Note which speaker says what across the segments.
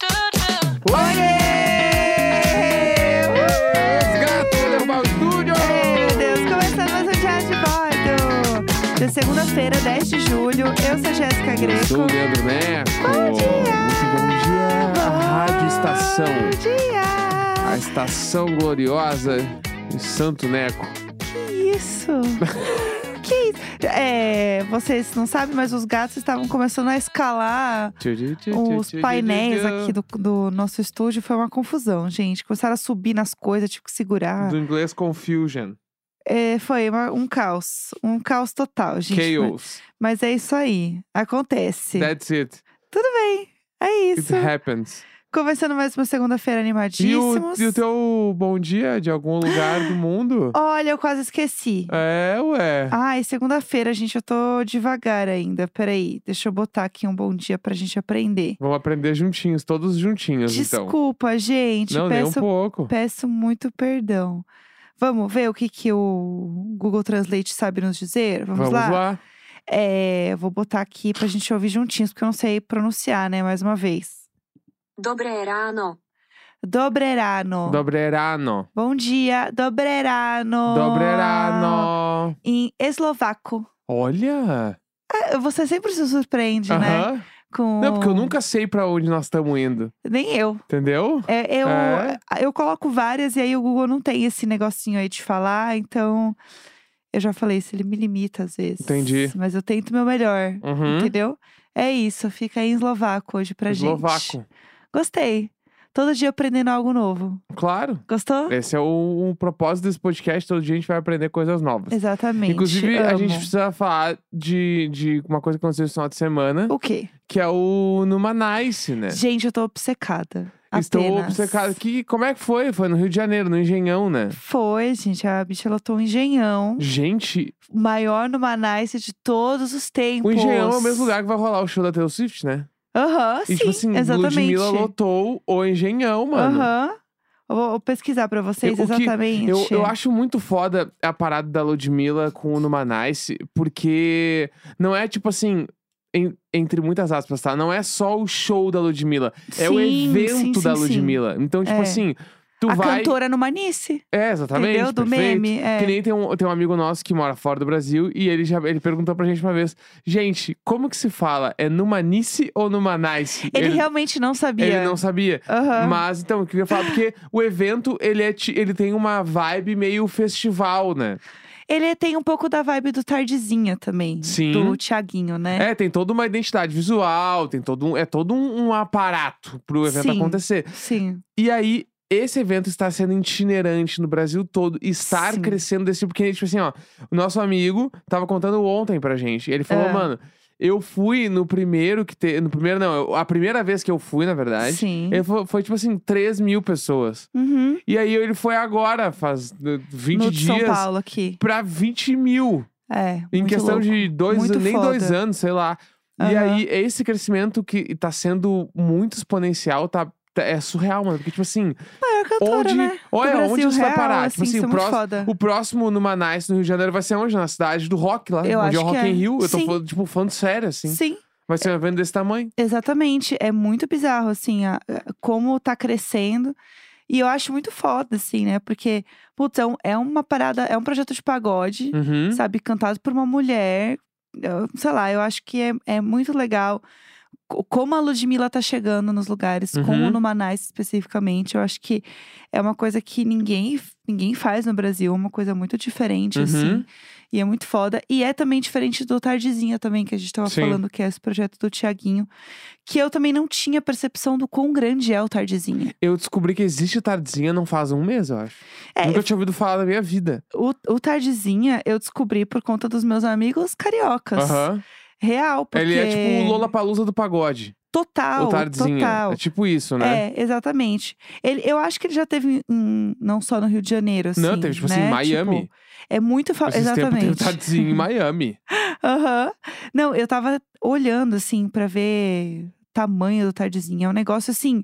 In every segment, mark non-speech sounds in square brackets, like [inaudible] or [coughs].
Speaker 1: é
Speaker 2: um de segunda-feira, 10 de julho. Eu sou a Jéssica Greco.
Speaker 1: Sou o Leandro Neco.
Speaker 2: Bom dia!
Speaker 1: Muito bom dia!
Speaker 2: Bom
Speaker 1: Rádio Estação.
Speaker 2: Bom dia!
Speaker 1: A estação gloriosa de Santo Neco.
Speaker 2: Que
Speaker 1: [laughs]
Speaker 2: isso? que isso? É, vocês não sabem, mas os gatos estavam começando a escalar os painéis aqui do, do nosso estúdio. Foi uma confusão, gente. Começaram a subir nas coisas, tive que segurar.
Speaker 1: Do inglês Confusion.
Speaker 2: É, foi uma- um caos. Um caos total, gente.
Speaker 1: Chaos.
Speaker 2: Mas é isso aí. Acontece.
Speaker 1: That's it.
Speaker 2: É
Speaker 1: [laughs]
Speaker 2: isso.
Speaker 1: It happens.
Speaker 2: Começando mais uma segunda-feira
Speaker 1: E
Speaker 2: animadíssimos.
Speaker 1: o, e o teu bom dia de algum lugar
Speaker 2: [coughs]
Speaker 1: do mundo?
Speaker 2: Olha, eu quase esqueci.
Speaker 1: É, ué.
Speaker 2: Ai, segunda-feira, gente, eu tô devagar ainda. Peraí, deixa eu botar aqui um bom dia pra gente aprender.
Speaker 1: Vamos aprender juntinhos, todos juntinhos, então.
Speaker 2: Desculpa, gente.
Speaker 1: Não, nem um
Speaker 2: peço,
Speaker 1: pouco.
Speaker 2: peço muito perdão. Vamos ver o que, que o Google Translate sabe nos dizer? Vamos,
Speaker 1: Vamos lá.
Speaker 2: É, vou botar aqui pra gente ouvir juntinhos, porque eu não sei pronunciar, né? Mais uma vez.
Speaker 3: Dobre rano.
Speaker 2: Dobrerano.
Speaker 1: Dobrerano.
Speaker 2: Bom dia, dobrerano.
Speaker 1: Dobrerano.
Speaker 2: Em eslovaco.
Speaker 1: Olha!
Speaker 2: Ah, Você sempre se surpreende, né? Oh.
Speaker 1: Aham.
Speaker 2: Com...
Speaker 1: Não, porque eu nunca sei pra onde nós estamos indo,
Speaker 2: Nem eu.
Speaker 1: entendeu?
Speaker 2: É, eu,
Speaker 1: É?
Speaker 2: eu coloco várias e aí o Google não tem esse negocinho aí de falar, então eu já falei isso, ele me limita às vezes.
Speaker 1: Entendi.
Speaker 2: Mas eu tento meu melhor,
Speaker 1: Uhum.
Speaker 2: entendeu? É isso, fica aí em eslovaco hoje pra gente.
Speaker 1: Eslovaco.
Speaker 2: Gostei. Todo dia aprendendo algo novo.
Speaker 1: Claro.
Speaker 2: Gostou?
Speaker 1: Esse é o, o propósito desse podcast. Todo dia a gente vai aprender coisas novas.
Speaker 2: Exatamente.
Speaker 1: Inclusive, a
Speaker 2: Amo.
Speaker 1: gente precisa falar de, de uma coisa que aconteceu esse final de semana,
Speaker 2: O quê?
Speaker 1: que é o Numa Nice, né?
Speaker 2: Gente, eu tô obcecada.
Speaker 1: Estou
Speaker 2: Apenas.
Speaker 1: obcecado. Que, como é que foi? Foi no Rio de Janeiro, no Engenhão, né?
Speaker 2: Foi, gente. A bicha lotou um engenhão.
Speaker 1: Gente,
Speaker 2: Maior no Manaus de todos os
Speaker 1: o
Speaker 2: tempos.
Speaker 1: Engenhão é o mesmo lugar que vai rolar o show da Taylor Swift, né?
Speaker 2: Aham, sim,
Speaker 1: e tipo assim,
Speaker 2: exatamente.
Speaker 1: Ludmilla lotou o Engenhão, mano.
Speaker 2: Aham. Eu Vou, vou pesquisar pra vocês
Speaker 1: Eu- o que-
Speaker 2: exatamente.
Speaker 1: Eu, eu acho muito foda a parada da Ludmilla com o Numa Nice, porque não é tipo assim. en- entre muitas aspas, tá? Não é só o show da Ludmilla. É o
Speaker 2: Sim,
Speaker 1: evento
Speaker 2: sim, sim,
Speaker 1: da
Speaker 2: sim.
Speaker 1: Ludmilla. Então, tipo
Speaker 2: É.
Speaker 1: assim, tu
Speaker 2: a
Speaker 1: vai.
Speaker 2: cantora no Manice,
Speaker 1: É, exatamente.
Speaker 2: entendeu? Do
Speaker 1: perfeito.
Speaker 2: meme.
Speaker 1: Que
Speaker 2: É.
Speaker 1: nem tem um, tem um amigo nosso que mora fora do Brasil e ele já ele perguntou pra gente uma vez: gente, como que se fala? É numa Nice ou numa Nice?
Speaker 2: Ele, realmente não sabia.
Speaker 1: ele não sabia.
Speaker 2: Aham.
Speaker 1: Mas então, eu queria falar, porque o evento, ele, é, ti- ele tem uma vibe meio festival, né?
Speaker 2: Ele tem um pouco da vibe do Tardezinha também.
Speaker 1: Sim.
Speaker 2: Do Tiaguinho, né?
Speaker 1: É, tem toda uma identidade visual, tem todo um, é todo um, um aparato pro evento
Speaker 2: Sim.
Speaker 1: acontecer.
Speaker 2: Sim.
Speaker 1: E aí, esse evento está sendo itinerante no Brasil todo, e estar
Speaker 2: Sim.
Speaker 1: crescendo desse tipo, porque, tipo assim, ó, o nosso amigo tava contando ontem pra gente, ele falou,
Speaker 2: Ah.
Speaker 1: mano, eu fui no primeiro que teve, no primeiro não, eu- a primeira vez que eu fui, na verdade,
Speaker 2: Sim.
Speaker 1: ele falou- foi tipo assim, 3 mil pessoas.
Speaker 2: Uhum.
Speaker 1: E aí ele foi agora, faz eh, 20
Speaker 2: no de São
Speaker 1: dias,
Speaker 2: Paulo aqui.
Speaker 1: pra 20 mil.
Speaker 2: É.
Speaker 1: Em
Speaker 2: muito
Speaker 1: questão
Speaker 2: louco.
Speaker 1: de dois,
Speaker 2: Muito
Speaker 1: nem dois
Speaker 2: foda.
Speaker 1: anos, sei lá. E
Speaker 2: Aham.
Speaker 1: aí, esse crescimento que tá sendo muito exponencial, tá, tá- é surreal, mano. Porque, tipo assim,
Speaker 2: Maior cantora,
Speaker 1: onde,
Speaker 2: né?
Speaker 1: olha,
Speaker 2: Do Brasil
Speaker 1: onde isso
Speaker 2: real,
Speaker 1: vai parar?
Speaker 2: Assim,
Speaker 1: tipo assim,
Speaker 2: isso é
Speaker 1: o
Speaker 2: muito
Speaker 1: próximo,
Speaker 2: foda.
Speaker 1: o próximo numa Nice no Rio de Janeiro vai ser onde? Na cidade do rock lá,
Speaker 2: Eu
Speaker 1: onde
Speaker 2: acho
Speaker 1: é o Rock
Speaker 2: que é.
Speaker 1: in Rio. Eu tô
Speaker 2: Sim.
Speaker 1: falando, tipo, falando sério, assim.
Speaker 2: Sim.
Speaker 1: Vai ser um evento desse tamanho.
Speaker 2: Exatamente, é muito bizarro, assim, a- a- como tá crescendo. E eu acho muito foda, assim, né? Porque, putz, é um- é uma parada, é um projeto de pagode,
Speaker 1: Uhum.
Speaker 2: sabe? Cantado por uma mulher. Eu- sei lá, eu acho que é, é muito legal co- como a Ludmilla tá chegando nos lugares, como
Speaker 1: Uhum.
Speaker 2: no Manaus especificamente. Eu acho que é uma coisa que ninguém, ninguém faz no Brasil, é uma coisa muito diferente,
Speaker 1: Uhum.
Speaker 2: assim. E é muito foda. E é também diferente do Tardezinha também, que a gente tava
Speaker 1: Sim.
Speaker 2: falando, que é esse projeto do Tiaguinho. Que eu também não tinha percepção do quão grande é o Tardezinha.
Speaker 1: Eu descobri que existe tardezinha não faz um mês, eu acho.
Speaker 2: É,
Speaker 1: Nunca tinha ouvido falar da minha vida.
Speaker 2: O, o Tardezinha eu descobri por conta dos meus amigos cariocas.
Speaker 1: Aham.
Speaker 2: Real, porque…
Speaker 1: Ele é tipo o Lollapalooza do pagode.
Speaker 2: Total,
Speaker 1: o Tardezinha.
Speaker 2: total.
Speaker 1: É tipo isso, né?
Speaker 2: É, exatamente. Ele, eu acho que ele já teve, em- não só no Rio de Janeiro, assim,
Speaker 1: Não, teve tipo assim,
Speaker 2: né?
Speaker 1: Miami.
Speaker 2: Tipo, é muito… Fa...
Speaker 1: Esses tempos teve
Speaker 2: Exatamente. Tipo
Speaker 1: Tardezinha em Miami.
Speaker 2: [laughs] Aham. Não, eu tava olhando, assim, pra ver o tamanho do Tardezinha. É um negócio, assim,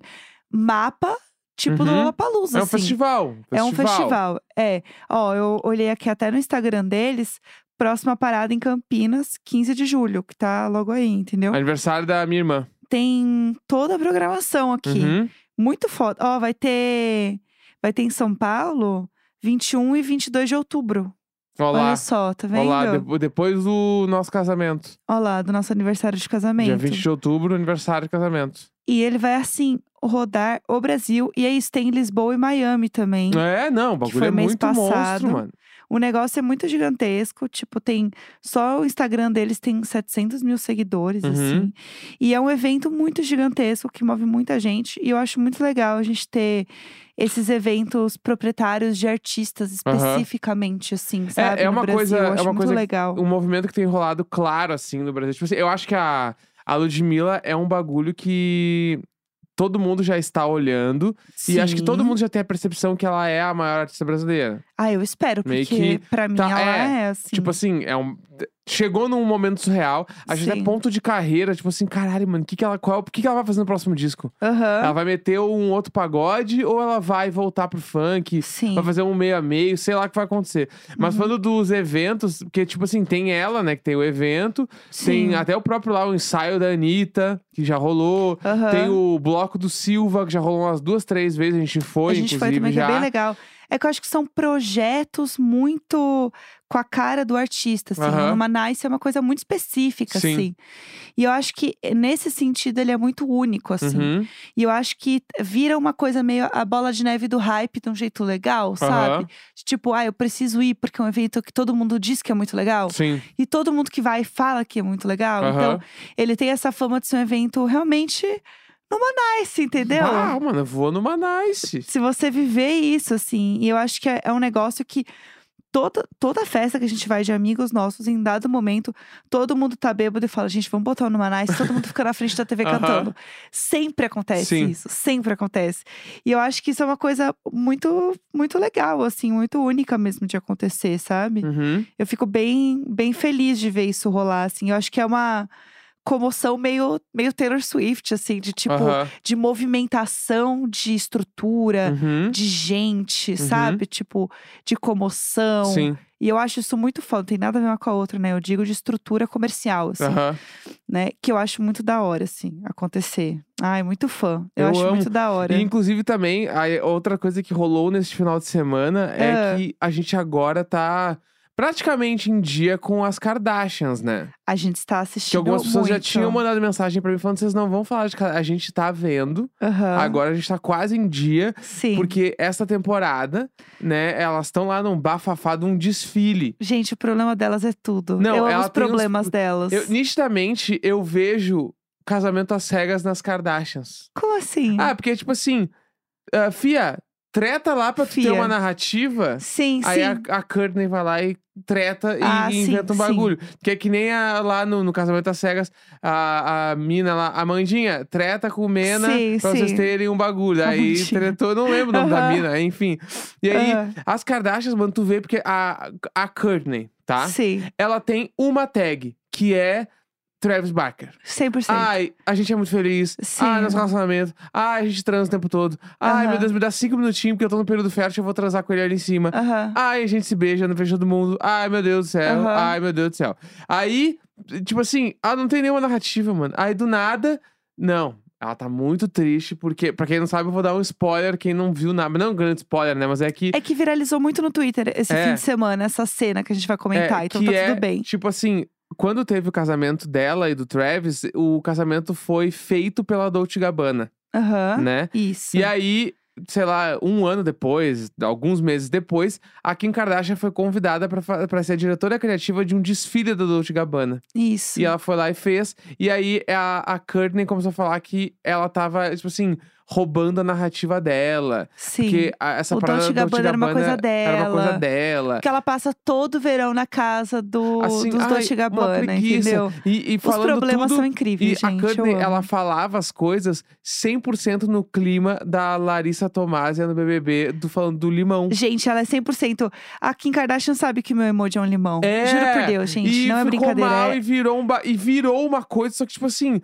Speaker 2: mapa, tipo do
Speaker 1: Uhum.
Speaker 2: Lollapalooza,
Speaker 1: É um
Speaker 2: assim.
Speaker 1: festival.
Speaker 2: É um festival. É. Ó, eu olhei aqui até no Instagram deles. Próxima parada em Campinas, 15 de julho, que tá logo aí, entendeu?
Speaker 1: Aniversário da minha irmã.
Speaker 2: Tem toda a programação aqui.
Speaker 1: Uhum.
Speaker 2: Muito foda. Ó, um vai ter. Vai ter em São Paulo 21 e 22 de outubro.
Speaker 1: Olá.
Speaker 2: Olha só, tá vendo?
Speaker 1: Olá, de- depois do nosso casamento.
Speaker 2: Ó lá, do nosso aniversário de casamento.
Speaker 1: Dia 20 de outubro, aniversário de casamento.
Speaker 2: E ele vai assim, rodar o Brasil. E é isso, tem Lisboa e Miami também.
Speaker 1: É, não, o
Speaker 2: foi
Speaker 1: bagulho é
Speaker 2: mês
Speaker 1: muito
Speaker 2: passado.
Speaker 1: monstro, mano.
Speaker 2: O negócio é muito gigantesco. Tipo, tem. Só o Instagram deles tem 700 mil seguidores,
Speaker 1: Uhum.
Speaker 2: assim. E é um evento muito gigantesco que move muita gente. E eu acho muito legal a gente ter esses eventos proprietários de artistas
Speaker 1: Aham.
Speaker 2: especificamente, assim, sabe?
Speaker 1: é
Speaker 2: no
Speaker 1: uma
Speaker 2: Brasil.
Speaker 1: coisa-
Speaker 2: Eu
Speaker 1: é
Speaker 2: acho
Speaker 1: uma
Speaker 2: muito
Speaker 1: coisa que-
Speaker 2: legal.
Speaker 1: Um movimento que tem rolado claro, assim, no Brasil. Tipo assim, eu acho que a, a Ludmilla é um bagulho que todo mundo já está olhando. E acho que todo
Speaker 2: Sim.
Speaker 1: mundo já tem a percepção que ela é a maior artista brasileira.
Speaker 2: Ah, eu espero, porque
Speaker 1: Meio que
Speaker 2: pra mim
Speaker 1: tá-
Speaker 2: ela é,
Speaker 1: é,
Speaker 2: assim.
Speaker 1: Tipo assim, é um. Chegou num momento surreal, a gente é
Speaker 2: Sim. ponto.
Speaker 1: ponto de carreira, tipo assim, caralho, mano, que que ela, qual, é o que, que ela vai fazer no próximo disco?
Speaker 2: assim,
Speaker 1: Ela vai meter um outro pagode ou ela vai voltar pro funk?
Speaker 2: Sim. Uhum.
Speaker 1: Vai fazer um meio a meio, sei lá o que vai acontecer. Mas falando dos eventos, porque, tipo assim, tem ela, né, que tem o evento,
Speaker 2: Sim.
Speaker 1: tem até o próprio lá, o ensaio da Anitta, que já rolou.
Speaker 2: Aham.
Speaker 1: Tem o bloco do Silva, que já rolou umas duas, três vezes, a gente foi,
Speaker 2: a gente foi
Speaker 1: inclusive,
Speaker 2: também, que
Speaker 1: já.
Speaker 2: é bem legal. É que eu acho que são projetos muito com a cara do artista, assim.
Speaker 1: Aham.
Speaker 2: Uma Nice é uma coisa muito específica,
Speaker 1: Sim.
Speaker 2: assim. E eu acho que, eh, nesse sentido, ele é muito único, assim.
Speaker 1: Uhum.
Speaker 2: E eu acho que vira uma coisa meio a bola de neve do hype de um jeito legal, sabe?
Speaker 1: Aham.
Speaker 2: Tipo, ah, eu preciso ir porque é um evento que todo mundo diz que é muito legal.
Speaker 1: Sim.
Speaker 2: E todo mundo que vai fala que é muito legal. Então,
Speaker 1: Aham.
Speaker 2: ele tem essa fama de ser um evento realmente numa nice, entendeu?
Speaker 1: Ah, mano, eu vou numa nice.
Speaker 2: se você viver isso, assim, e eu acho que é, é um negócio que toda, toda festa que a gente vai de amigos nossos, em dado momento, todo mundo tá bêbado e fala, gente, vamos botar no Manais, todo mundo fica na frente da
Speaker 1: [laughs]
Speaker 2: TV
Speaker 1: Aham.
Speaker 2: cantando. Sempre acontece
Speaker 1: Sim.
Speaker 2: isso, sempre acontece. E eu acho que isso é uma coisa muito, muito legal, assim, muito única mesmo de acontecer, sabe?
Speaker 1: Uhum.
Speaker 2: Eu fico bem, bem feliz de ver isso rolar, assim. Eu acho que é uma comoção meio, meio Taylor Swift, assim, de tipo,
Speaker 1: Aham.
Speaker 2: de movimentação, de estrutura,
Speaker 1: Uhum.
Speaker 2: de gente,
Speaker 1: Uhum.
Speaker 2: sabe? Tipo, de comoção.
Speaker 1: Sim.
Speaker 2: E eu acho isso muito foda, não tem nada a ver uma com a outra, né? Eu digo de estrutura comercial, assim,
Speaker 1: Aham.
Speaker 2: né? Que eu acho muito da hora, assim, acontecer. Ai, muito fã. Eu,
Speaker 1: Eu
Speaker 2: acho
Speaker 1: amo.
Speaker 2: muito da hora.
Speaker 1: E inclusive também, a outra coisa que rolou neste final de semana é
Speaker 2: Ah.
Speaker 1: que a gente agora tá praticamente em dia com as Kardashians, né?
Speaker 2: A gente está
Speaker 1: Que
Speaker 2: assistindo.
Speaker 1: algumas pessoas já
Speaker 2: muito.
Speaker 1: tinham mandado mensagem pra mim falando: vocês não vão falar de. Ka- A gente tá vendo,
Speaker 2: Aham,
Speaker 1: agora a gente tá quase em dia.
Speaker 2: Ah. Sim.
Speaker 1: Porque essa temporada, né, elas estão lá num bafafá de um desfile.
Speaker 2: Gente, o problema delas é tudo.
Speaker 1: Não,
Speaker 2: eu amo
Speaker 1: ela
Speaker 2: os
Speaker 1: tem uns-
Speaker 2: problemas delas.
Speaker 1: Eu, nitidamente, eu vejo casamento às cegas nas Kardashians.
Speaker 2: Como assim?
Speaker 1: Ah, porque, tipo assim, ah, Fia, treta lá pra tu ter
Speaker 2: Fia.
Speaker 1: uma narrativa.
Speaker 2: sim,
Speaker 1: Aí
Speaker 2: sim.
Speaker 1: a, a Courtney vai lá e treta e,
Speaker 2: Ah,
Speaker 1: e
Speaker 2: sim,
Speaker 1: inventa um
Speaker 2: sim.
Speaker 1: bagulho. Que é que nem a- lá no, no Casamento às Cegas, a, a mina lá, a Mandinha, treta com o Mena
Speaker 2: Sim,
Speaker 1: pra vocês
Speaker 2: sim.
Speaker 1: terem um bagulho.
Speaker 2: A
Speaker 1: Aí
Speaker 2: Mandinha.
Speaker 1: tretou, não lembro o nome da
Speaker 2: Aham.
Speaker 1: mina, enfim. E aí,
Speaker 2: Aham.
Speaker 1: as Kardashians, mano, tu vê porque a, a Courtney, tá?
Speaker 2: Sim,
Speaker 1: Ela tem uma tag, que é Travis Barker.
Speaker 2: 100%.
Speaker 1: Ai, a gente é muito feliz.
Speaker 2: Sim.
Speaker 1: Ai, nosso relacionamento. Ai, a gente transa o tempo todo. Ai,
Speaker 2: Aham.
Speaker 1: meu Deus, me dá cinco minutinhos, porque eu tô no período fértil, eu vou transar com ele ali em cima.
Speaker 2: Aham.
Speaker 1: Ai, a gente se beija no frente de todo mundo. Ai, meu Deus do céu.
Speaker 2: Aham.
Speaker 1: Ai, meu Deus do céu. Aí, tipo assim, ela não tem nenhuma narrativa, mano. Aí, do nada, não. Ela tá muito triste, porque, pra quem não sabe, eu vou dar um spoiler. Quem não viu nada, não é um grande spoiler, né? Mas é que.
Speaker 2: É que viralizou muito no Twitter esse
Speaker 1: É.
Speaker 2: fim de semana, essa cena que a gente vai comentar,
Speaker 1: é,
Speaker 2: então
Speaker 1: que
Speaker 2: tá
Speaker 1: é,
Speaker 2: tudo bem.
Speaker 1: Tipo assim, quando teve o casamento dela e do Travis, o casamento foi feito pela Dolce Gabbana,
Speaker 2: Aham.
Speaker 1: né?
Speaker 2: Isso.
Speaker 1: E aí, sei lá, um ano depois, alguns meses depois, a Kim Kardashian foi convidada pra fa- pra ser a diretora criativa de um desfile da Dolce Gabbana.
Speaker 2: Isso.
Speaker 1: E ela foi lá e fez. E aí a, a Courtney começou a falar que ela tava, tipo assim, roubando a narrativa dela.
Speaker 2: Sim.
Speaker 1: Porque a- essa
Speaker 2: O
Speaker 1: parada
Speaker 2: Dolce
Speaker 1: da Dolce
Speaker 2: Gabbana era uma coisa
Speaker 1: Era uma coisa
Speaker 2: dela.
Speaker 1: dela.
Speaker 2: Porque ela passa todo o verão na casa do,
Speaker 1: Assim,
Speaker 2: dos
Speaker 1: ai,
Speaker 2: Dolce
Speaker 1: uma
Speaker 2: Gabbana,
Speaker 1: preguiça.
Speaker 2: entendeu?
Speaker 1: E, e
Speaker 2: Os
Speaker 1: falando
Speaker 2: problemas
Speaker 1: tudo,
Speaker 2: são incríveis,
Speaker 1: e
Speaker 2: gente.
Speaker 1: a Courtney,
Speaker 2: eu amo.
Speaker 1: ela falava as coisas 100% no clima da Larissa Tomásia no BBB, do, falando do limão.
Speaker 2: Gente, ela é 100%. A Kim Kardashian sabe que o meu emoji é um limão.
Speaker 1: É,
Speaker 2: Juro por Deus, gente.
Speaker 1: e
Speaker 2: não é
Speaker 1: ficou
Speaker 2: brincadeira.
Speaker 1: mal
Speaker 2: é...
Speaker 1: e virou, um ba- e virou uma coisa, só que tipo assim...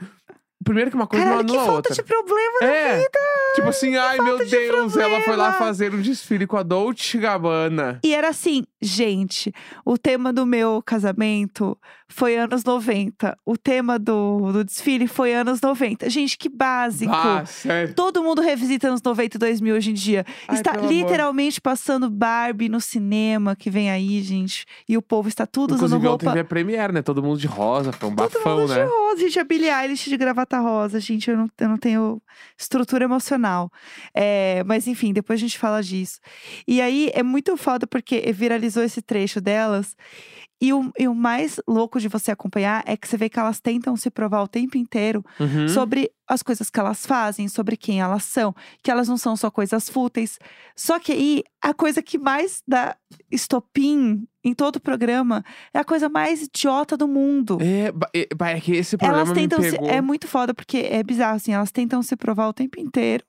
Speaker 1: Primeiro que uma coisa
Speaker 2: Caralho,
Speaker 1: não
Speaker 2: que
Speaker 1: anula a
Speaker 2: falta
Speaker 1: outra.
Speaker 2: de problema, né?
Speaker 1: É, Tipo assim, ai meu
Speaker 2: falta de
Speaker 1: Deus, ela foi lá
Speaker 2: problema.
Speaker 1: fazer um desfile com a Dolce Gabbana.
Speaker 2: E era assim, gente, o tema do meu casamento foi anos 90. O tema do, do desfile foi anos 90. Gente, que básico.
Speaker 1: Ah, sério.
Speaker 2: Todo mundo revisita anos 90 e 2000 hoje em dia.
Speaker 1: Ai,
Speaker 2: está
Speaker 1: pelo amor.
Speaker 2: literalmente passando Barbie no cinema, que vem aí, gente. E o povo está tudo usando
Speaker 1: Inclusive, ontem
Speaker 2: roupa.
Speaker 1: teve a Premiere, né? Todo mundo de rosa, foi um
Speaker 2: Todo
Speaker 1: bafão,
Speaker 2: mundo de
Speaker 1: né?
Speaker 2: rosa, gente. A Billie Eilish de gravata rosa. Gente, eu não, eu não tenho estrutura emocional. É, mas enfim, depois a gente fala disso. E aí, é muito foda porque viralizou esse trecho delas. E o, e o mais louco de você acompanhar é que você vê que elas tentam se provar o tempo inteiro
Speaker 1: Uhum.
Speaker 2: sobre as coisas que elas fazem, sobre quem elas são, que elas não são só coisas fúteis. Só que aí a coisa que mais dá estopim em todo o programa é a coisa mais idiota do mundo.
Speaker 1: É, ba- é, ba- é que esse problema
Speaker 2: Elas
Speaker 1: me
Speaker 2: tentam se,
Speaker 1: pegou.
Speaker 2: é muito foda porque é bizarro assim, elas tentam se provar o tempo inteiro.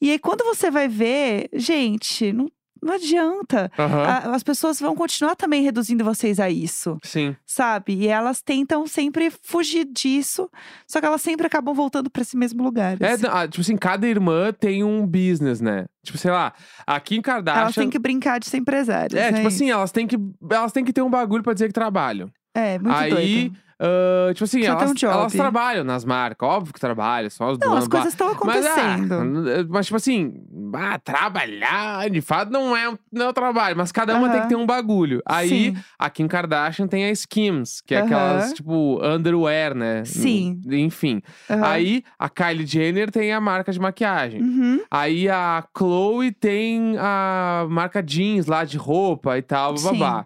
Speaker 2: E aí quando você vai ver, gente, não, não adianta.
Speaker 1: Aham,
Speaker 2: A- as pessoas vão continuar também reduzindo vocês a isso
Speaker 1: Sim.
Speaker 2: sabe? E elas tentam sempre fugir disso, só que elas sempre acabam voltando pra esse mesmo lugar.
Speaker 1: É,
Speaker 2: assim.
Speaker 1: não, ah, tipo assim, cada irmã tem um business, né? Tipo, sei lá, a Kim
Speaker 2: Elas
Speaker 1: Kardashian.
Speaker 2: têm que brincar de ser empresárias. né?
Speaker 1: tá É, tipo
Speaker 2: isso.
Speaker 1: assim, elas têm que, elas têm que ter um bagulho pra dizer que trabalham.
Speaker 2: É, muito
Speaker 1: Aí,
Speaker 2: doido.
Speaker 1: Ah, tipo assim,
Speaker 2: Precisa ter
Speaker 1: elas,
Speaker 2: um job.
Speaker 1: elas trabalham nas marcas, óbvio que trabalham, são as
Speaker 2: Não,
Speaker 1: donas.
Speaker 2: as
Speaker 1: blá.
Speaker 2: coisas estão
Speaker 1: Mas, ah,
Speaker 2: acontecendo.
Speaker 1: mas, tipo assim, ah, trabalhar de fato não é, um- não é um trabalho, mas cada uma tem que
Speaker 2: Aham.
Speaker 1: ter um bagulho. Aí
Speaker 2: Sim.
Speaker 1: a Kim Kardashian tem a Skims, que é
Speaker 2: Aham.
Speaker 1: aquelas, tipo, underwear, né?
Speaker 2: Sim.
Speaker 1: Enfim.
Speaker 2: Aham.
Speaker 1: Aí a Kylie Jenner tem a marca de maquiagem.
Speaker 2: Uhum.
Speaker 1: Aí a Chloe tem a marca jeans lá de roupa e tal,
Speaker 2: Sim.
Speaker 1: babá.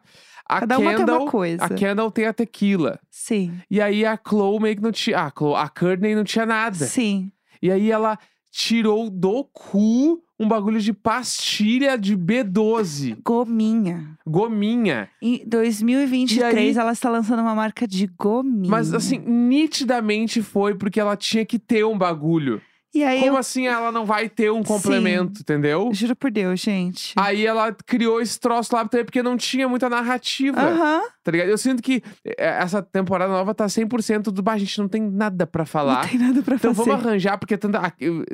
Speaker 1: A
Speaker 2: Cada uma
Speaker 1: Kendall,
Speaker 2: tem uma coisa.
Speaker 1: a Kendall tem a tequila.
Speaker 2: Sim,
Speaker 1: E aí a Chloe meio que não tinha. A, Chloe, a Courtney não tinha nada.
Speaker 2: sim.
Speaker 1: E aí ela tirou do cu um bagulho de pastilha de B12,
Speaker 2: Gominha.
Speaker 1: gominha.
Speaker 2: Em 2023, ela está lançando uma marca de gominha.
Speaker 1: Mas assim, nitidamente foi porque ela tinha que ter um bagulho.
Speaker 2: E aí,
Speaker 1: Como
Speaker 2: eu
Speaker 1: assim ela não vai ter um complemento, entendeu?
Speaker 2: juro por Deus, gente.
Speaker 1: Aí ela criou esse troço lá também porque não tinha muita narrativa,
Speaker 2: Aham.
Speaker 1: tá ligado? Eu sinto que eh, essa temporada nova tá 100% do... Bah, a gente não tem nada pra falar.
Speaker 2: Não tem nada pra
Speaker 1: Então
Speaker 2: fazer.
Speaker 1: vamos arranjar, porque tanta- a-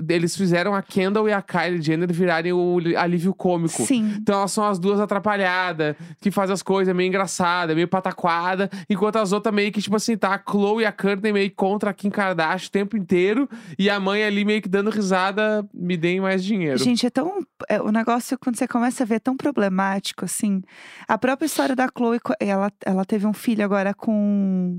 Speaker 1: eles fizeram a Kendall e a Kylie Jenner virarem o li- alívio cômico.
Speaker 2: Sim.
Speaker 1: Então elas são as duas atrapalhadas, que fazem as coisas meio engraçada, meio pataquada, enquanto as outras meio que, tipo assim, tá a Chloe e a Courtney meio contra a Kim Kardashian o tempo inteiro, e a mãe ali meio que dando risada, me deem mais dinheiro.
Speaker 2: Gente, é tão. é, o negócio, quando você começa a ver, é tão problemático, assim. A própria história da Chloe, co- ela, ela teve um filho agora com.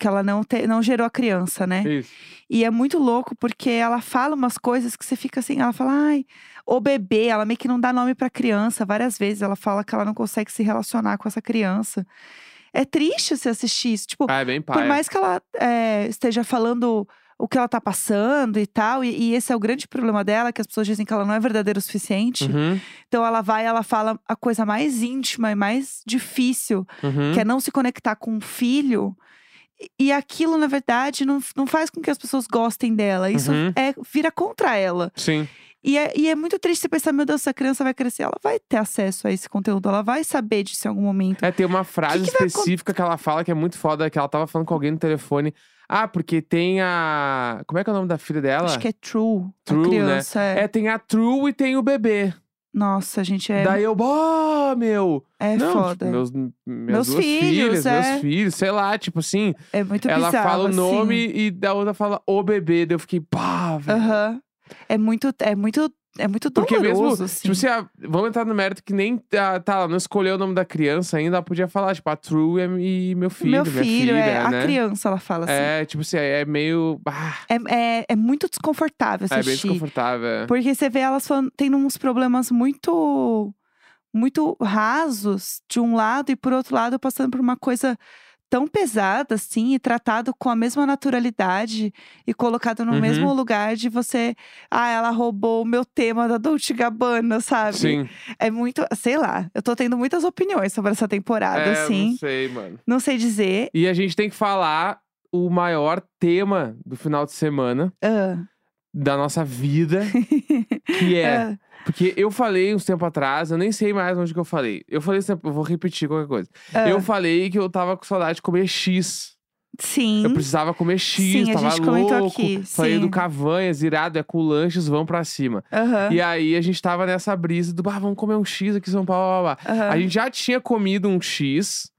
Speaker 2: Que ela não, te, não gerou a criança, né?
Speaker 1: Isso.
Speaker 2: E é muito louco porque ela fala umas coisas que você fica assim. Ela fala, ai, o bebê. Ela meio que não dá nome pra criança. Várias vezes ela fala que ela não consegue se relacionar com essa criança. É triste você assistir isso. Tipo,
Speaker 1: Ah, é bem
Speaker 2: por
Speaker 1: pai.
Speaker 2: mais que ela é, esteja falando o que ela tá passando e tal, e, e esse é o grande problema dela, que as pessoas dizem que ela não é verdadeira o suficiente.
Speaker 1: Uhum,
Speaker 2: Então ela vai, ela fala a coisa mais íntima e mais difícil,
Speaker 1: uhum.
Speaker 2: que é não se conectar com o filho. E- E aquilo, na verdade, não, f- não faz com que as pessoas gostem dela. Isso
Speaker 1: Uhum.
Speaker 2: é, vira contra ela.
Speaker 1: Sim.
Speaker 2: E é, e é muito triste você pensar: meu Deus, essa criança vai crescer, ela vai ter acesso a esse conteúdo, ela vai saber disso em algum momento.
Speaker 1: É, tem uma frase
Speaker 2: que vai acon-
Speaker 1: específica que ela fala que é muito foda, que ela tava falando com alguém no telefone. Ah, porque tem a. Como é que é o nome da filha dela?
Speaker 2: Acho que é true.
Speaker 1: True, né?
Speaker 2: a criança. é.
Speaker 1: É, tem a True e tem o bebê.
Speaker 2: Nossa, gente, é,
Speaker 1: Daí eu, bah, meu!
Speaker 2: é
Speaker 1: não,
Speaker 2: foda.
Speaker 1: tipo, meus, minhas
Speaker 2: Meus
Speaker 1: duas
Speaker 2: filhos,
Speaker 1: filhas,
Speaker 2: é.
Speaker 1: meus filhos, sei lá, tipo assim.
Speaker 2: É muito
Speaker 1: ela
Speaker 2: bizarro,
Speaker 1: fala o
Speaker 2: assim.
Speaker 1: nome e da outra fala o bebê. Daí eu fiquei, pá, velho.
Speaker 2: Aham. É muito, é muito, é muito
Speaker 1: Porque
Speaker 2: doloroso,
Speaker 1: mesmo,
Speaker 2: assim.
Speaker 1: tipo assim, ah, vamos entrar no mérito que nem, ah, tá, ela não escolheu o nome da criança ainda, ela podia falar, tipo, a True e, e meu filho,
Speaker 2: Meu
Speaker 1: minha
Speaker 2: filho,
Speaker 1: filha,
Speaker 2: é,
Speaker 1: né?
Speaker 2: a criança, ela fala assim. É,
Speaker 1: É, tipo assim, é meio, ah,
Speaker 2: é, é muito desconfortável
Speaker 1: é bem
Speaker 2: assistir.
Speaker 1: desconfortável.
Speaker 2: porque você vê elas falando, tendo uns problemas muito, muito rasos de um lado e por outro lado passando por uma coisa tão pesada assim e tratado com a mesma naturalidade e colocado no
Speaker 1: Uhum.
Speaker 2: mesmo lugar de você, ah, ela roubou o meu tema da Dolce Gabbana, sabe?
Speaker 1: Sim,
Speaker 2: É muito, sei lá, eu tô tendo muitas opiniões sobre essa temporada,
Speaker 1: é, não
Speaker 2: assim.
Speaker 1: sei, mano.
Speaker 2: Não sei dizer.
Speaker 1: E a gente tem que falar o maior tema do final de semana
Speaker 2: Ah,
Speaker 1: da
Speaker 2: [laughs]
Speaker 1: nossa vida, que é...
Speaker 2: ah,
Speaker 1: Porque eu falei uns tempo atrás, eu nem sei mais onde que eu falei. Eu falei, esse tempo- eu vou repetir qualquer coisa.
Speaker 2: ah.
Speaker 1: Eu falei que eu tava com saudade de comer X.
Speaker 2: Sim.
Speaker 1: Eu precisava comer X,
Speaker 2: Hum? Sim, a
Speaker 1: tava
Speaker 2: gente
Speaker 1: louco.
Speaker 2: comentou aqui,
Speaker 1: Falei
Speaker 2: sim.
Speaker 1: do Cavanhas, irado, é com lanches, vão pra cima.
Speaker 2: Aham.
Speaker 1: E aí a gente tava nessa brisa do, bah, vamos comer um X aqui em São Paulo, blá, blá, blá.
Speaker 2: aham.
Speaker 1: A gente já tinha comido um X,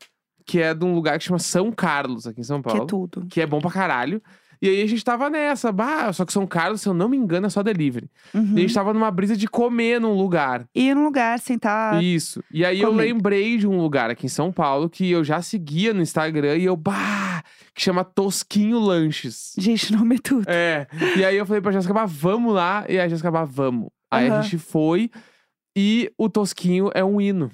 Speaker 1: que é de um lugar que chama São Carlos, aqui em São
Speaker 2: Que
Speaker 1: Paulo.
Speaker 2: é tudo.
Speaker 1: que é bom pra caralho. E aí a gente tava nessa, bah, só que São Carlos, se eu não me engano, é só delivery.
Speaker 2: Uhum.
Speaker 1: E a gente tava numa brisa de comer num lugar.
Speaker 2: Ir num lugar, sentar.
Speaker 1: Isso. E aí eu
Speaker 2: Ah, comer.
Speaker 1: lembrei de um lugar aqui em São Paulo que eu já seguia no Instagram e eu, bah, que chama Tosquinho Lanches.
Speaker 2: Gente, [laughs] não é tudo.
Speaker 1: É. E aí eu falei pra Jéssica, bah, vamos lá. E a Jéssica, bah, vamos. Aí a
Speaker 2: Aham.
Speaker 1: gente foi. E o Tosquinho é um hino.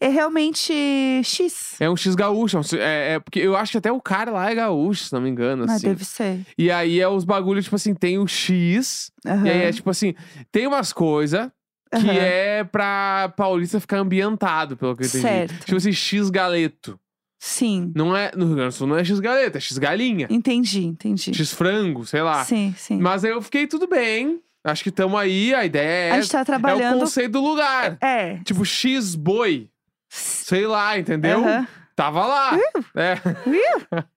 Speaker 2: É realmente X.
Speaker 1: É um X gaúcho. é um X- É, é porque eu acho que até o cara lá é gaúcho, se não me engano.
Speaker 2: Mas
Speaker 1: assim.
Speaker 2: né, deve ser.
Speaker 1: E aí é os bagulhos, tipo assim, tem o X.
Speaker 2: Aham.
Speaker 1: E aí é tipo assim, tem umas coisas que
Speaker 2: aham.
Speaker 1: é pra paulista ficar ambientado, pelo que eu entendi.
Speaker 2: Certo.
Speaker 1: Tipo assim, X galeto.
Speaker 2: Sim.
Speaker 1: Não é, no Rio Grande do Sul não é X galeto, é X galinha.
Speaker 2: Entendi, entendi.
Speaker 1: X frango, sei lá.
Speaker 2: Sim, sim.
Speaker 1: Tipo, ah, Mas aí eu fiquei tudo bem. Acho que tamo aí, a ideia
Speaker 2: a
Speaker 1: é,
Speaker 2: gente tá
Speaker 1: é o
Speaker 2: trabalhando.
Speaker 1: conceito do lugar.
Speaker 2: É.
Speaker 1: Tipo X boi, sei lá, entendeu?
Speaker 2: Aham.
Speaker 1: Tava lá. É.
Speaker 2: Aham.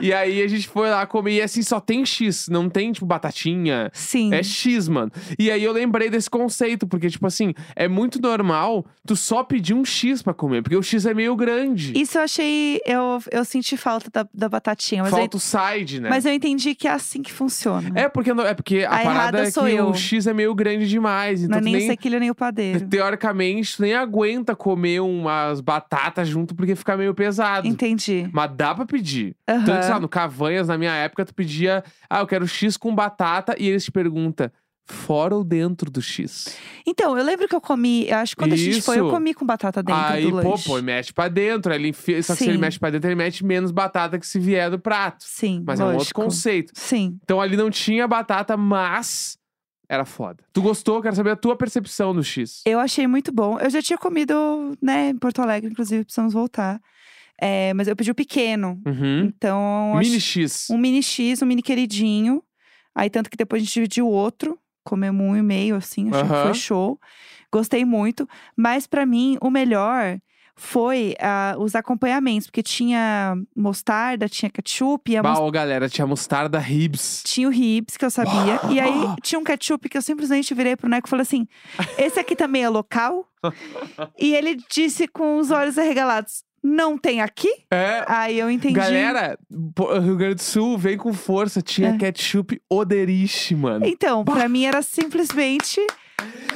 Speaker 1: E aí a gente foi lá comer e assim só tem X, não tem tipo batatinha.
Speaker 2: Sim.
Speaker 1: É X, mano. E aí eu lembrei desse conceito, porque, tipo assim, é muito normal tu só pedir um X pra comer, porque o X é meio grande.
Speaker 2: Isso eu achei. Eu, eu senti falta da, da batatinha. Mas,
Speaker 1: Falta o side, né?
Speaker 2: eu, mas eu entendi que é assim que funciona.
Speaker 1: É porque, não- é porque a,
Speaker 2: A
Speaker 1: parada
Speaker 2: errada
Speaker 1: é que
Speaker 2: sou eu.
Speaker 1: o X é meio grande demais.
Speaker 2: não
Speaker 1: Então
Speaker 2: é
Speaker 1: tu
Speaker 2: nem o
Speaker 1: nem,
Speaker 2: sequilho nem o padeiro.
Speaker 1: teoricamente, tu nem aguenta comer umas batatas junto, porque fica meio pesado.
Speaker 2: Entendi.
Speaker 1: Mas dá pra pedir.
Speaker 2: Aham.
Speaker 1: Tanto, Então, sei lá, no Cavanhas, na minha época, tu pedia, ah, eu quero X com batata, e eles te perguntam, fora ou dentro do X?
Speaker 2: Então, eu lembro que eu comi. Eu acho que quando a gente foi, eu
Speaker 1: Isso.
Speaker 2: comi com batata dentro
Speaker 1: Aí,
Speaker 2: do
Speaker 1: pô,
Speaker 2: lanche.
Speaker 1: pô, ele mete pra dentro. aí Ele enfia- só que se
Speaker 2: Sim.
Speaker 1: ele mexe pra dentro, ele mete menos batata que se vier do prato.
Speaker 2: Sim.
Speaker 1: Mas é um outro
Speaker 2: lógico.
Speaker 1: conceito.
Speaker 2: Sim.
Speaker 1: Então ali não tinha batata, mas era foda. Tu gostou? Quero saber a tua percepção do X.
Speaker 2: Eu achei muito bom. Eu já tinha comido, né, em Porto Alegre, inclusive, precisamos voltar. É, mas eu pedi o pequeno.
Speaker 1: Uhum.
Speaker 2: Então.
Speaker 1: Mini
Speaker 2: acho-
Speaker 1: X.
Speaker 2: Um mini X, um mini queridinho. Aí, tanto que depois a gente dividiu outro. Comemos um e meio, assim. Achei que
Speaker 1: Aham.
Speaker 2: foi show. Gostei muito. Mas, pra mim, o melhor foi ah, os acompanhamentos. Porque tinha mostarda, tinha ketchup. E a mos-
Speaker 1: Bah, ô, galera, tinha mostarda ribs.
Speaker 2: Tinha o ribs, que eu sabia. E
Speaker 1: [gasps]
Speaker 2: aí, tinha um ketchup que eu simplesmente virei pro Neco e falei assim… Esse aqui também é local? e ele disse com os olhos arregalados… Não tem aqui?
Speaker 1: É.
Speaker 2: Aí eu entendi.
Speaker 1: Galera, pô, Rio Grande do Sul vem com força. Tinha
Speaker 2: É.
Speaker 1: ketchup Oderiche, mano.
Speaker 2: Então, pra mim era simplesmente…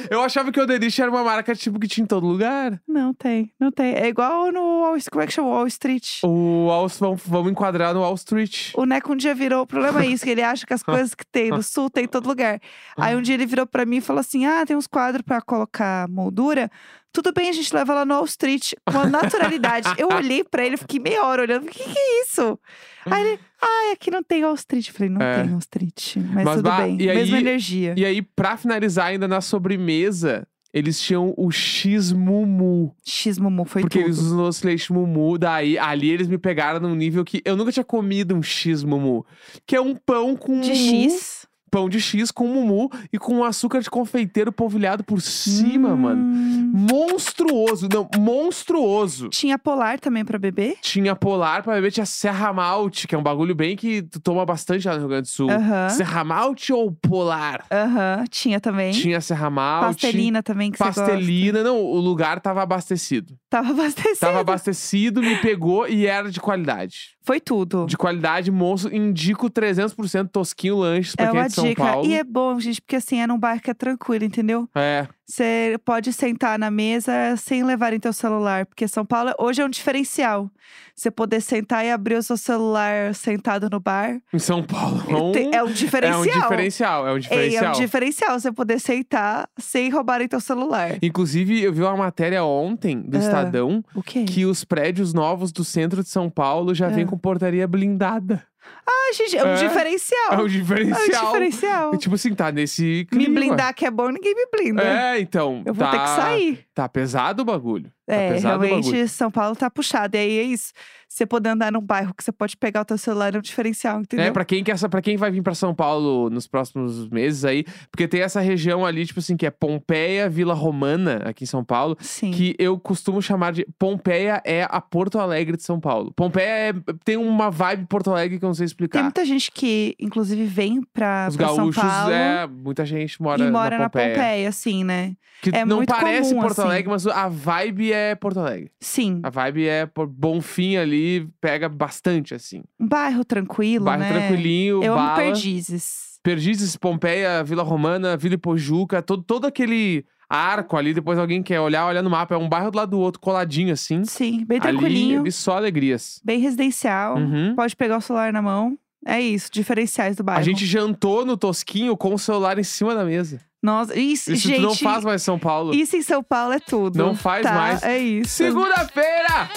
Speaker 1: Eu achava que Oderiche era uma marca tipo que tinha em todo lugar.
Speaker 2: Não tem, não tem. É igual no Wall, como é que chama? Wall Street.
Speaker 1: O Wall, vamos, vamos enquadrar no Wall Street.
Speaker 2: O Neco um dia virou, o problema é isso, que ele acha
Speaker 1: [laughs]
Speaker 2: que as coisas que tem no sul tem em todo lugar. Aí um dia ele virou pra mim e falou assim: "Ah, tem uns quadros pra colocar moldura. Tudo bem, a gente leva lá no Wall Street com a naturalidade". Eu
Speaker 1: [laughs]
Speaker 2: olhei pra ele, fiquei meia hora olhando, o que que é isso? Aí ele: "Ah, aqui não tem Wall Street". Eu falei: "Não
Speaker 1: É.
Speaker 2: tem Wall Street, mas,
Speaker 1: Mas,
Speaker 2: tudo
Speaker 1: bah,
Speaker 2: bem.
Speaker 1: e aí-
Speaker 2: Mesma energia".
Speaker 1: E aí, pra finalizar, ainda na sobremesa, eles tinham o X-Mumu.
Speaker 2: X Mumu foi
Speaker 1: Porque
Speaker 2: tudo.
Speaker 1: eles usam doce de leite Mumu. Daí, ali eles me pegaram num nível que eu nunca tinha comido um X-Mumu. Que é um pão com
Speaker 2: De
Speaker 1: mumu.
Speaker 2: X.
Speaker 1: Pão de X com mumu e com açúcar de confeiteiro polvilhado por cima, mano.
Speaker 2: Hum.
Speaker 1: Monstruoso, não, monstruoso.
Speaker 2: Tinha polar também pra beber?
Speaker 1: Tinha Polar pra beber, tinha Serra Malte, que é um bagulho bem que tu toma bastante lá no Rio Grande do Sul.
Speaker 2: Aham.
Speaker 1: Serra Malte ou Polar?
Speaker 2: Aham, tinha também.
Speaker 1: Tinha Serra Malte.
Speaker 2: Pastelina também, que você gosta.
Speaker 1: Pastelina, não, o lugar tava abastecido.
Speaker 2: Tava abastecido.
Speaker 1: Tava abastecido, me pegou e era de qualidade.
Speaker 2: [laughs] Foi tudo.
Speaker 1: De qualidade, moço, indico 300% Tosquinho Lanches pra
Speaker 2: É
Speaker 1: quem é
Speaker 2: uma
Speaker 1: de São
Speaker 2: dica.
Speaker 1: Paulo.
Speaker 2: E é bom, gente, porque assim, é num bairro que é tranquilo, entendeu?
Speaker 1: É,
Speaker 2: Você pode sentar na mesa sem levarem teu celular. Porque São Paulo, hoje é um diferencial. Você poder sentar e abrir o seu celular sentado no bar.
Speaker 1: em São Paulo.
Speaker 2: Te- É um
Speaker 1: é
Speaker 2: diferencial.
Speaker 1: um diferencial, é um
Speaker 2: Ei, é
Speaker 1: diferencial.
Speaker 2: um diferencial você poder sentar sem roubarem teu celular.
Speaker 1: Inclusive, eu vi uma matéria ontem do
Speaker 2: Ah.
Speaker 1: Estadão
Speaker 2: O quê?
Speaker 1: que os prédios novos do centro de São Paulo já vêm
Speaker 2: Ah.
Speaker 1: com portaria blindada.
Speaker 2: Ah, gente, é um
Speaker 1: É?
Speaker 2: diferencial.
Speaker 1: É um diferencial.
Speaker 2: diferencial.
Speaker 1: E, Tipo assim, tá nesse clima.
Speaker 2: Me blindar que é bom, ninguém me blinda.
Speaker 1: É, então.
Speaker 2: Eu vou ter
Speaker 1: tá-
Speaker 2: que sair.
Speaker 1: Tá pesado o bagulho.
Speaker 2: é,
Speaker 1: tá pesado o bagulho.
Speaker 2: realmente São Paulo tá puxado. E aí é isso. Você poder andar num bairro que você pode pegar o teu celular é um diferencial, entendeu?
Speaker 1: É, pra quem, quer, sa- pra quem vai vir pra São Paulo nos próximos meses aí, porque tem essa região ali, tipo assim, que é Pompeia, Vila Romana, aqui em São Paulo,
Speaker 2: Sim.
Speaker 1: que eu costumo chamar de Pompeia é a Porto Alegre de São Paulo. Pompeia é- tem uma vibe Porto Alegre que eu não sei
Speaker 2: Tem
Speaker 1: explicar.
Speaker 2: muita gente que, inclusive, vem pra,
Speaker 1: tá. Os
Speaker 2: pra São
Speaker 1: gaúchos,
Speaker 2: Paulo
Speaker 1: é, muita gente mora,
Speaker 2: e mora
Speaker 1: na Pompeia.
Speaker 2: assim, né?
Speaker 1: Que
Speaker 2: É
Speaker 1: não
Speaker 2: muito
Speaker 1: parece
Speaker 2: comum,
Speaker 1: Porto
Speaker 2: assim.
Speaker 1: Alegre, mas a vibe é Porto Alegre.
Speaker 2: Sim.
Speaker 1: A vibe é por Bonfim ali, pega bastante, assim.
Speaker 2: Um bairro tranquilo,
Speaker 1: Bairro
Speaker 2: né?
Speaker 1: tranquilinho,
Speaker 2: Eu
Speaker 1: bala.
Speaker 2: amo perdizes.
Speaker 1: Perdizes, Pompeia, Vila Romana, Vila Ipojuca, todo, todo aquele arco ali. Depois alguém quer olhar, olha no mapa. É um bairro do lado do outro, coladinho assim.
Speaker 2: Sim, bem
Speaker 1: ali,
Speaker 2: tranquilinho,
Speaker 1: ali só alegrias.
Speaker 2: bem residencial.
Speaker 1: Uhum.
Speaker 2: Pode pegar o celular na mão. É isso, diferenciais do bairro.
Speaker 1: A gente jantou no Tosquinho com o celular em cima da mesa.
Speaker 2: Nossa, isso,
Speaker 1: Isso tu
Speaker 2: gente.
Speaker 1: não faz mais em São Paulo.
Speaker 2: Isso em São Paulo é tudo.
Speaker 1: Não faz
Speaker 2: tá?
Speaker 1: mais.
Speaker 2: É isso.
Speaker 1: Segunda-feira,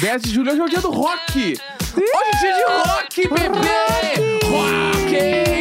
Speaker 1: 10 de julho, hoje é o dia do rock. Hoje é dia de rock, bebê! Rock! É